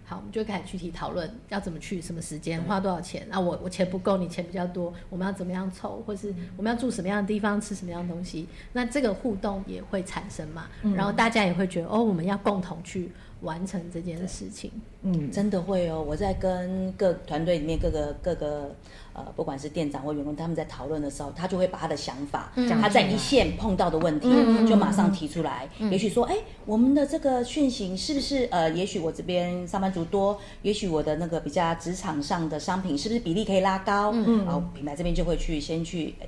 好，我们就开始具体讨论要怎么去，什么时嗯间，花多少钱。啊，我我钱不够，你钱比较多，我们要怎么样凑，或是我们要住什么样的地方，吃什么样的东嗯西。那这个互动也会产生嘛，然后大家也会觉得哦，我们要共同去完成这件事情。嗯，真的会哦！我在跟各团队里面各个各个呃，不管是店长或员工，他们在讨论的时候，他就会把他的想法，讲他在出来一线碰到的问题，就马上提出来。也许说，哎，我们的这个讯息是不是呃，也许我这边上班族多，也许我的那个比较职场上的商品是不是比例可以拉高？嗯，然后品牌这边就会去先去。呃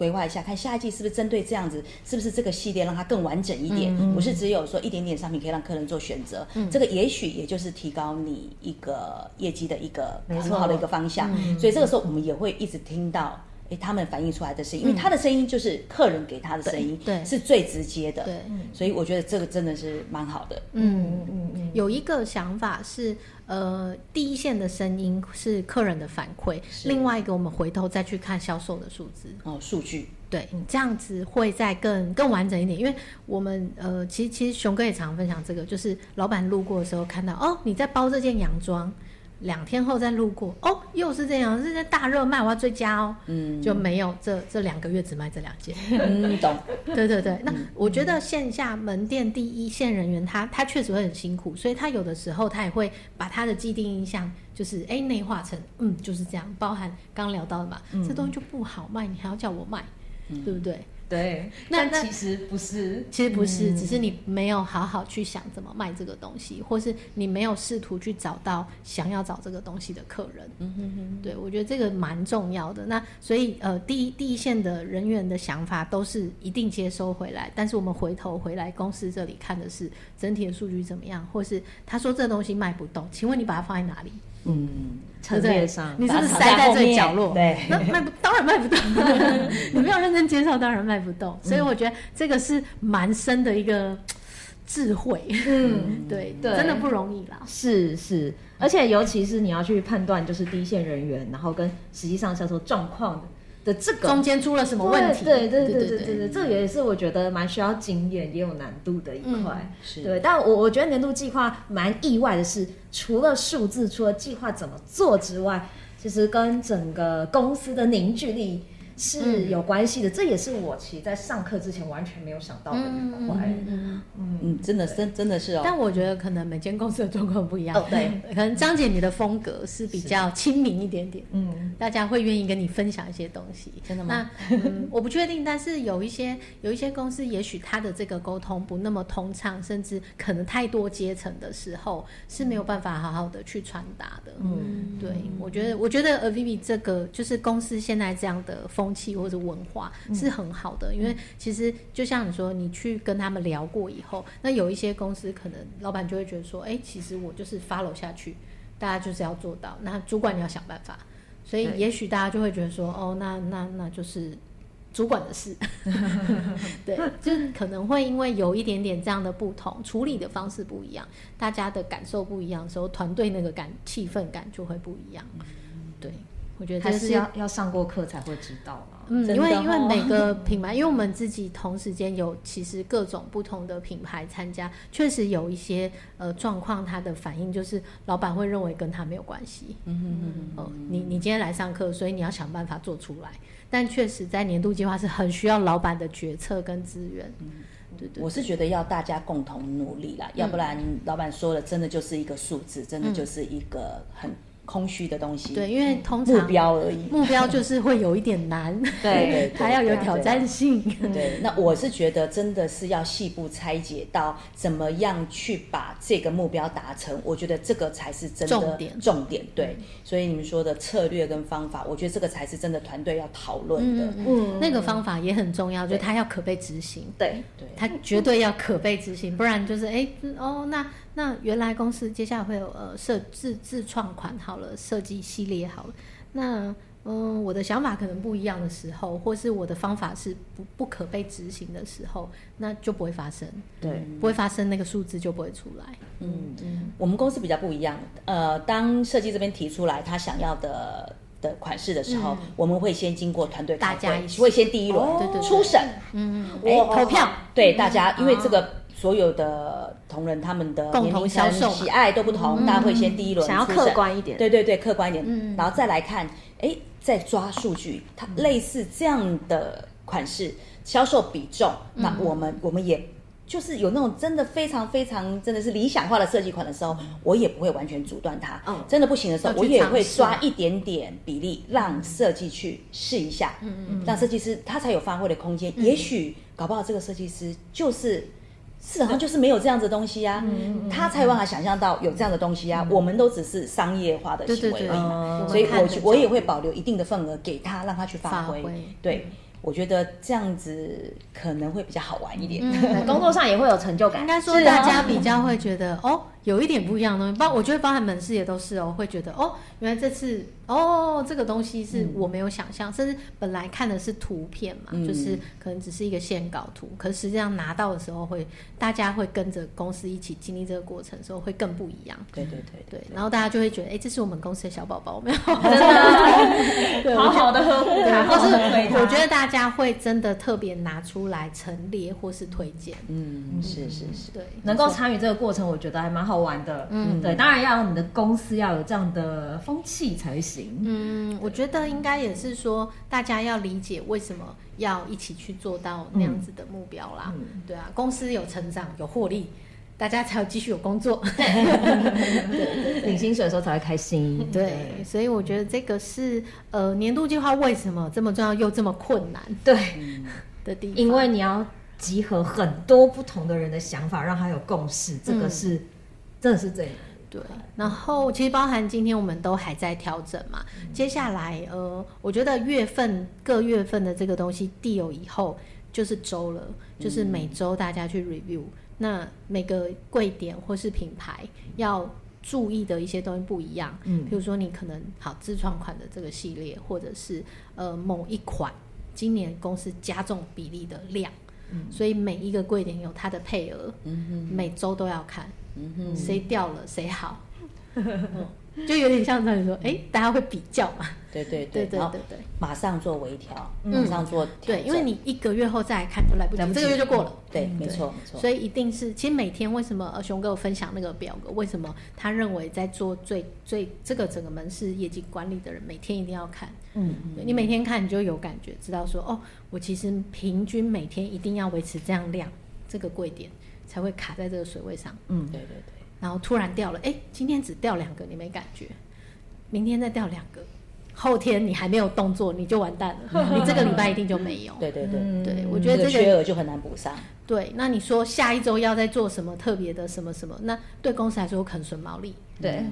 规划一下，看下一季是不是针对这样子，是不是这个系列让它更完整一点，嗯不是只有说一点点商品可以让客人做选择。这个也许也就是提高你一个业绩的一个没很错好的一个方嗯向。所以这个时候我们也会一直听到。诶，他们反映出来的声音，因为他的声音就是客人给他的声音，嗯对对是最直接的，对，所以我觉得这个真的是蛮好的。嗯嗯嗯，有一个想法是，呃，第一线的声音是客人的反馈，另外一个我们回头再去看销售的数字，哦，数据，对，这样子会再更更完整一点。因为我们呃，其实其实熊哥也常分享这个，就是老板路过的时候看到，哦，你在包这件洋装。两天后再路过，哦，又是这样，是在大热卖，我要追加哦，嗯，就没有这这两个月只卖这两件， 嗯，懂，对对对，那我觉得线下门店第一线人员他他确实会很辛苦，所以他有的时候他也会把他的既定印象就是哎内化成嗯就是这样，包含刚聊到的嘛，这东西就不好卖，你还要叫我卖，对不对？ 对，那但其实不是，其实不是，只是你没有好好去想怎么卖这个东西，或是你没有试图去找到想要找这个东西的客人。嗯哼哼，对我觉得这个蛮重要的。那所以呃，第一第一线的人员的想法都是一定接收回来，但是我们回头回来公司这里看的是整体的数据怎么样，或是他说这东西卖不动，请问你把它放在哪里？嗯，陈列上对不对你是不把是它藏在塞在后最面角落？对那卖不当然卖不 动，你没有认真介绍，当然卖不动。所以我觉得这个是蛮深的一个智慧，嗯，对，对真的不容易啦。是是，而且尤其是你要去判断，就是第一线人员，然后跟实际上销售状况的这个中间出了什么问题？对对对对对对对，这个也是我觉得蛮需要经验也有难度的一块。是对，但我我觉得年度计划蛮意外的是，除了数字，除了计划怎么做之外，其实跟整个公司的凝聚力。是有关系的，这也是我其实在上课之前完全没有想到的一块。嗯，真的真真的是哦，但我觉得可能每间公司的状况不一样，哦对，可能张姐你的风格是比较亲民一点点，嗯，大家会愿意跟你分享一些东西。真的吗？那、嗯、我不确定，但是有一些有一些公司，也许它的这个沟通不那么通畅，甚至可能太多阶层的时候是没有办法好好的去传达的。嗯，对，我觉得我觉得 Avivi 这个就是公司现在这样的风气或者文化嗯是很好的，因为其实就像你说，你去跟他们聊过以后，那有一些公司可能老板就会觉得说，哎、其实我就是 follow 下去。大家就是要做到，那主管你要想办法，所以对也许大家就会觉得说，哦，那那那就是主管 的事，对，就是可能会因为有一点点这样的不同，处理的方式不一样，大家的感受不一样的时候，团队那个感气氛感就会不一样。对，我觉得嗯还这是要要上过课才会知道嘛。嗯，真因为的因为哦每 个品牌，因为我们自己同时间有其实各种不同的品牌参加，确实有一些呃状况，它的反应就是老板会认为跟他没有关系。嗯嗯嗯。哦，你你今天来上课，所以你要想办法做出来。但确实，在年度计划是很需要老板的决策跟资源。对对我是觉得要大家共同努力嗯啦，要不然老板说了，真的就是一个数字，真的就是一个很空虚的东西，对，因为通常目标而已。目标就是会有一点难，对 对对啊还要有挑战性。对，那我是觉得真的是要细部拆解到怎么样去把这个目标达成，我觉得这个才是真的重点嗯重点对，所以你们说的策略跟方法，我觉得这个才是真的团队要讨论的。嗯，那个方法也很重要，就是它要可被执行。对，对，他绝对要可被执行，不然就是哎、嗯哦，那那原来公司接下来会有呃设自自创款好了，设计系列好了，那嗯我的想法可能不一样的时候，或是我的方法是不不可被执行的时候，那就不会发生，对，不会发生那个数字就不会出来。嗯我们公司比较不一样，呃，当设计这边提出来他想要的。的款式的时候，我们会先经过团队开嗯大家会一，起哦会先第一轮、对对对初审，嗯，哎我投票，对大嗯家，因为这个所有的同仁他们的啊共年同龄销层售嘛嗯喜爱都不同，大家会先第一轮想要初客审观一点对对对，客观一点，然后再来看，哎，再抓数据，它类似这样的款式销售比重，那我们我们也。就是有那种真的非常非常真的是理想化的设计款的时候，我也不会完全阻断它。嗯真的不行的时候，要我去也会尝试嘛抓一点点比例让设计去试一下，嗯嗯，让设计师他才有发挥的空间。也许搞不好这个设计师就是。啊市场上就是没有这样子的东西啊，嗯他才有办法想象到有这样的东西啊。我们都只是商业化的对行嗯对为对而已嘛，嗯所以我们我看嗯的我也角度会保留一定的份额给他，让他去发发挥挥。对，我觉得这样子可能会比较好玩一点。嗯对工作上也会有成就感。应该说是啊大家比较会觉得哦，有一点不一样的东西。包我觉得包含门市也都是哦，会觉得哦，原来这次哦这个东西是我没有想象，甚至本来看的是图片嘛，嗯就是可能只是一个线稿图，可是实际上拿到的时候会，大家会跟着公司一起经历这个过程的时候会更不一样。 对对对对，然后大家就会觉得，哎、这是我们公司的小宝宝，没有？ 真 的 对我觉得好好的呵护对，他，或好好是的推他。我觉得大家会真的特别拿出来陈列或是推荐，嗯，是是是，对，能够参与这个过程，我觉得还蛮好玩的。嗯对，当然要你的公司要有这样的风气才行。 嗯，我觉得应该也是说，大家要理解为什么要一起去做到那样子的目标啦。嗯对啊，公司有成长，有获利，大家才有继续有工 作。领薪水的时候才会开心。对，所以我觉得这个是呃年度计划为什么这么重要又这么困难对，的地方，因为你要集合很多不同的人的想法，让他有共识，这嗯个是、真的是最难的。对，然后其实包含今天我们都还在调整嘛，接下来呃，我觉得月份各月份的这个东西递有以后就是周了，就是每周大家去 review，、那每个贵点或是品牌要。注意的一些东西不一样，嗯嗯，比如说你可能好自创款的这个系列，或者是呃某一款今年公司加重比例的量，所以每一个贵点有它的配额，嗯每周都要看，哼，嗯哼，谁掉了谁好，嗯 就有点像这样说，哎、大家会比较嘛，对对对对然后对对马上做微调，嗯马上做调对，整因为你一个月后再来看就来不及，来不及这个月就过了。对，嗯没对错没错，所以一定是，其实每天为什么呃熊哥有分享那个表格，为什么他认为在做最最这个整个门市业绩管理的人，每天一定要看，嗯，对你每天看你就有感觉，知道说哦，我其实平均每天一定要维持这样量，这个贵点才会卡在这个水位上。对对对，然后突然掉了，哎，今天只掉两个，你没感觉，明天再掉两个，后天你还没有动作，你就完蛋 了，你这个礼拜一定就没有。对对对，对，嗯我这觉得个这缺个额就很难补上，对。那你说下一周要再做什么特别的什么什么？那对公司来说很损毛利。对，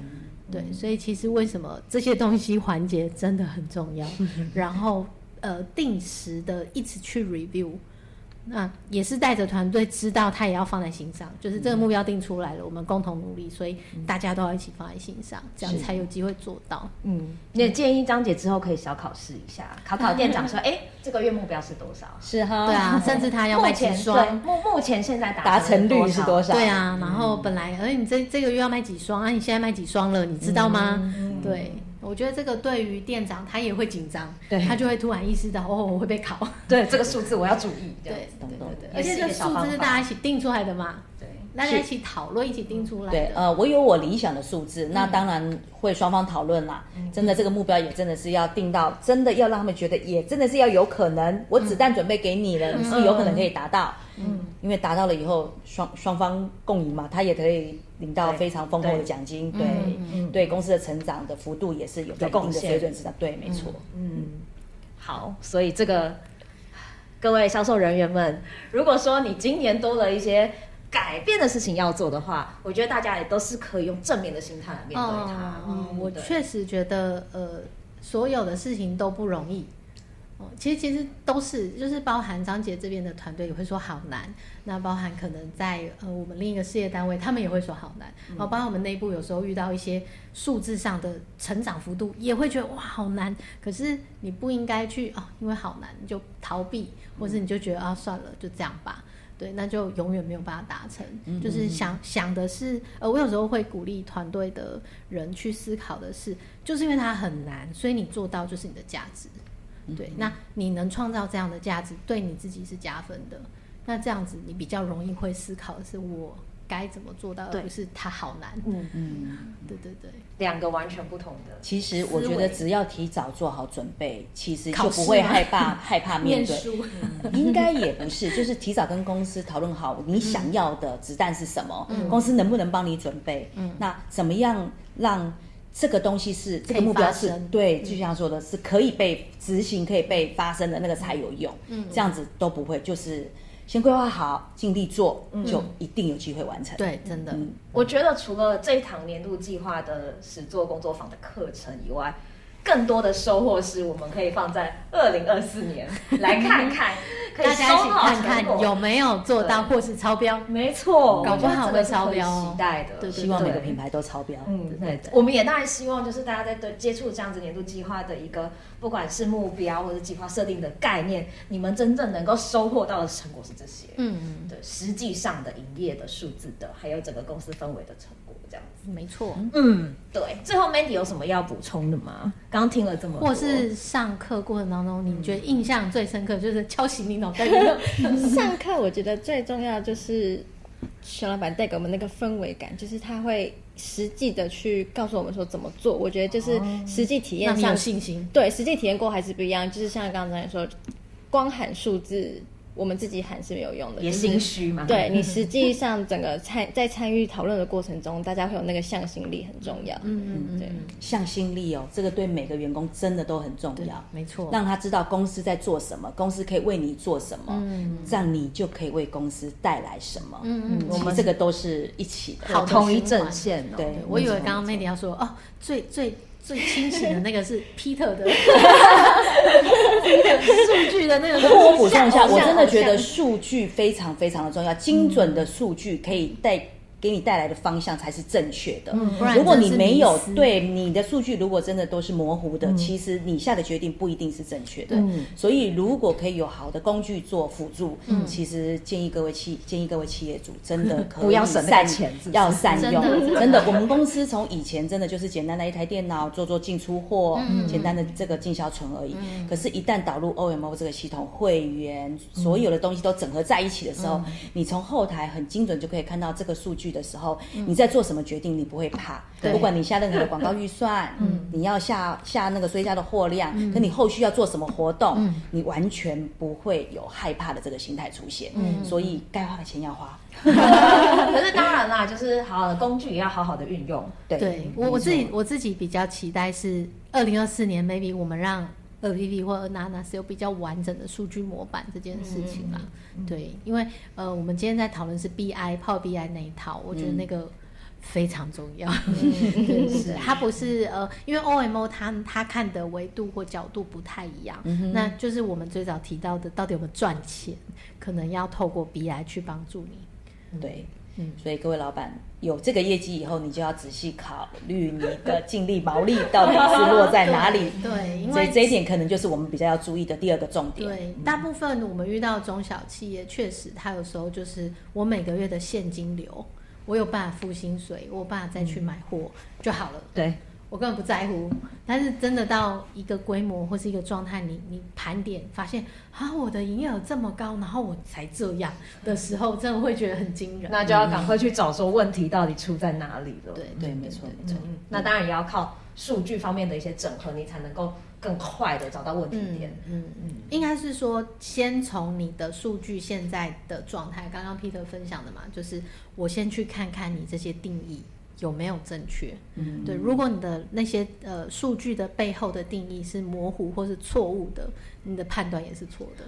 对，所以其实为什么这些东西环节真的很重要，然后呃定时的一直去 review，那也是带着团队知道他也要放在心上，就是这个目标定出来了，我们共同努力，所以大家都要一起放在心上，这样是才有机会做到。嗯，也建议张姐之后可以小考试一下，考考店长说，哎，这个月目标是多少？是哈，对啊，甚至他要卖目几前 对双。目目前现在达成率是多少？少？对，啊，然后本来，哎、你这这个月要卖几双啊？你现在卖几双了？你知道吗？对，我觉得这个对于店长他也会紧张，对他就会突然意识到，哦，我会被考。对这个数字我要注意。这样对子对懂懂对也对，而是且一这个个小数方字是法大家一起定出来的嘛，对，大家一起讨论，一起定出来对，的。呃，我有我理想的数字，那当然会双方讨论啦。真的，这个目标也真的是要定到，真的要让他们觉得，也真的是要有可能。我子弹准备给你了，你是不是有可能可以达到。嗯，因为达到了以后，双双方共赢嘛，他也可以领到对非常丰厚的对奖金，对嗯嗯对，公司的成长的幅度也是有在一有贡定的献水准之上。对，没错。嗯，好，所以这个各位销售人员们，如果说你今年多了一些改变的事情要做的话，我觉得大家也都是可以用正面的心态来面对它。嗯我对确实觉得，呃，所有的事情都不容易。哦，其实其实都是，就是包含张杰这边的团队也会说好难，那包含可能在呃我们另一个事业单位，他们也会说好难，然后包含我们内部有时候遇到一些数字上的成长幅度，也会觉得哇好难，可是你不应该去哦，因为好难你就逃避，或是你就觉得啊算了就这样吧，对，那就永远没有办法达成。就是想想的是，呃，我有时候会鼓励团队的人去思考的是，就是因为它很难，所以你做到就是你的价值。对，那你能创造这样的价值，对你自己是加分的。那这样子，你比较容易会思考的是我该怎么做到，而对不是它好难。嗯，嗯，对对对，两个完全不同的。其实我觉得只要提早做好准备，其实就考试不会吗害怕害怕面嗯对。书， 应该也不是，就是提早跟公司讨论好你想要的子弹是什么，嗯公司能不能帮你准备？那怎么样让这个东西是这个目标可以是发生嗯对，就像说的是可以被执行、可以被发生的那个才有用。嗯这样子都不会，就是先规划好，尽力做，就一定有机会完成。嗯对，真的，嗯我觉得除了这一堂年度计划的实作工作坊的课程以外，更多的收获是我们可以放在二零二四年来看 看，可以大家一收起好看成果看有。没有做到，对或是超标。没错，搞不好我觉得这个是会超标可以哦期待的。对对对希望每个品牌都超标。嗯，对，我们也当然希望就是大家在对接触这样子年度计划的一个，不管是目标或者计划设定的概念，你们真正能够收获到的成果是这些。嗯，对，实际上的营业的数字的，还有整个公司氛围的成果，这样子。没错。嗯，对。最后 Mandy 有什么要补充的吗？刚听了这么多，或哦是上课过程当中，你觉得印象最深刻就是敲醒你脑袋里的嗯 上课我觉得最重要就是熊老板带给我们那个氛围感，就是他会实际的去告诉我们说怎么做。我觉得就是实际体验让你上，有信心。对实际体验过还是不一样。就是像刚才说，光喊数字，我们自己喊是没有用的，也就是心虚啊嘛？对你实际上整个参在参与讨论的过程中，大家会有那个向心力很重要。嗯嗯嗯对嗯，向心力哦，这个对每个员工真的都很重对要，。没错。让他知道公司在做什么，公司可以为你做什么，这样你就可以为公司带来什么。嗯嗯，我其们实这个都是一起的。好的同一循环阵线哦。对对，我以为刚刚 Mandy 要说哦，最最最清醒的那个是 Peter 的 Peter 数据的那个不过我补充一下，偶像我真的觉偶得像数据非常非常的重要，精准的数据可以带。给你带来的方向才是正确的。不然嗯如果你真的是没有迷失对你的数据，如果真的都是模糊的，嗯其实你下的决定不一定是正确的。所以如果可以有好的工具做辅助，嗯其实建议各位企建议各位企业主真 的可以不要省那个善钱是不是要善真的用。真 的真的，我们公司从以前真的就是简单的一台电脑做做进出货，嗯简单的这个进销存而已。可是，一旦导入 OMO 这个系统，会员嗯所有的东西都整合在一起的时候，你从后台很精准就可以看到这个数据的时候，你在做什么决定，你不会怕。嗯对嗯不管你下任何的广告预算，你要下下那个追加的货量，可你后续要做什么活嗯动，你完全不会有害怕的这个心态出现。嗯所以该花的钱要花。可是当然啦，就是好好的工具也要好好的运用。嗯对我我自己我自己比较期待是二零二四年，maybe 我们让 a v v 或 Nana 是有比较完整的数据模板这件事情啦。嗯对，因为呃，我们今天在讨论是 BI 泡 BI 那一套，我觉得那嗯个非常重要。 对是它不是呃，因为 OMO 它它看的维度或角度不太一嗯样，那就是我们最早提到的，到底有没有赚钱，可能要透过 BI 去帮助你。对，所以各位老板有这个业绩以后，你就要仔细考虑你的净利毛利到底是落在哪 里。对，因所为以这一点可能就是我们比较要注意的第二个重点。对，大部分我们遇到中小企业，确实它有时候就是我每个月的现金流，我有办法付薪水，我有办法再去买货就好了，对，我根本不在乎。但是真的到一个规模或是一个状态，你你盘点发现啊，我的营业额这么高，然后我才这样的时候，真的会觉得很惊人。那就要赶快去找说问题到底出在哪里了。对对，没错没错。嗯，那当然也要靠数据方面的一些整合，你才能够更快的找到问题点。嗯嗯，应该是说先从你的数据现在的状态，刚刚 Peter 分享的嘛，就是我先去看看你这些定义有没有正确。嗯，对，如果你的那些呃数据的背后的定义是模糊或是错误的，你的判断也是错的。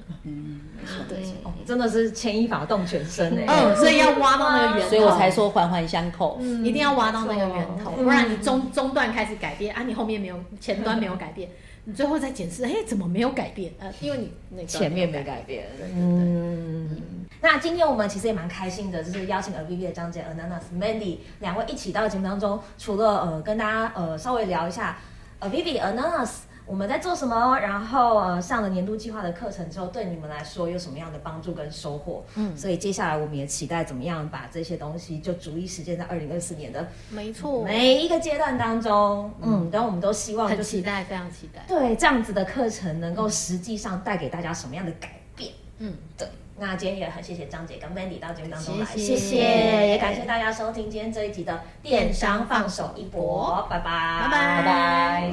对，哦，真的是牵一发动全身哎、嗯，所以要挖到那个源头，所以我才说环环相扣。一定要挖到那个源头，不然你中中段开始改变啊，你后面没有，前端没有改变，你最后再检视，哎，怎么没有改变？呃，因为你那段前面有没改改变。对。嗯，那今天我们其实也蛮开心的，就是邀请 a v v 的张姐、Ananas、Mandy 两位一起到节目当中，除了呃跟大家呃稍微聊一下 a v v Ananas 我们在做什么，然后呃上了年度计划的课程之后，对你们来说有什么样的帮助跟收获？嗯，所以接下来我们也期待怎么样把这些东西就逐一实践在二零二四年的没错，每一个阶段当中。嗯，然后我们都希望就很是期待，非常期待。对这样子的课程能够实际上带给大家什么样的改变？嗯，对，那今天也很谢谢张姐跟 Mandy 到节目当中来，谢谢也感谢大家收听今天这一集的电商放手一搏，拜拜，拜拜拜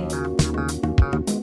拜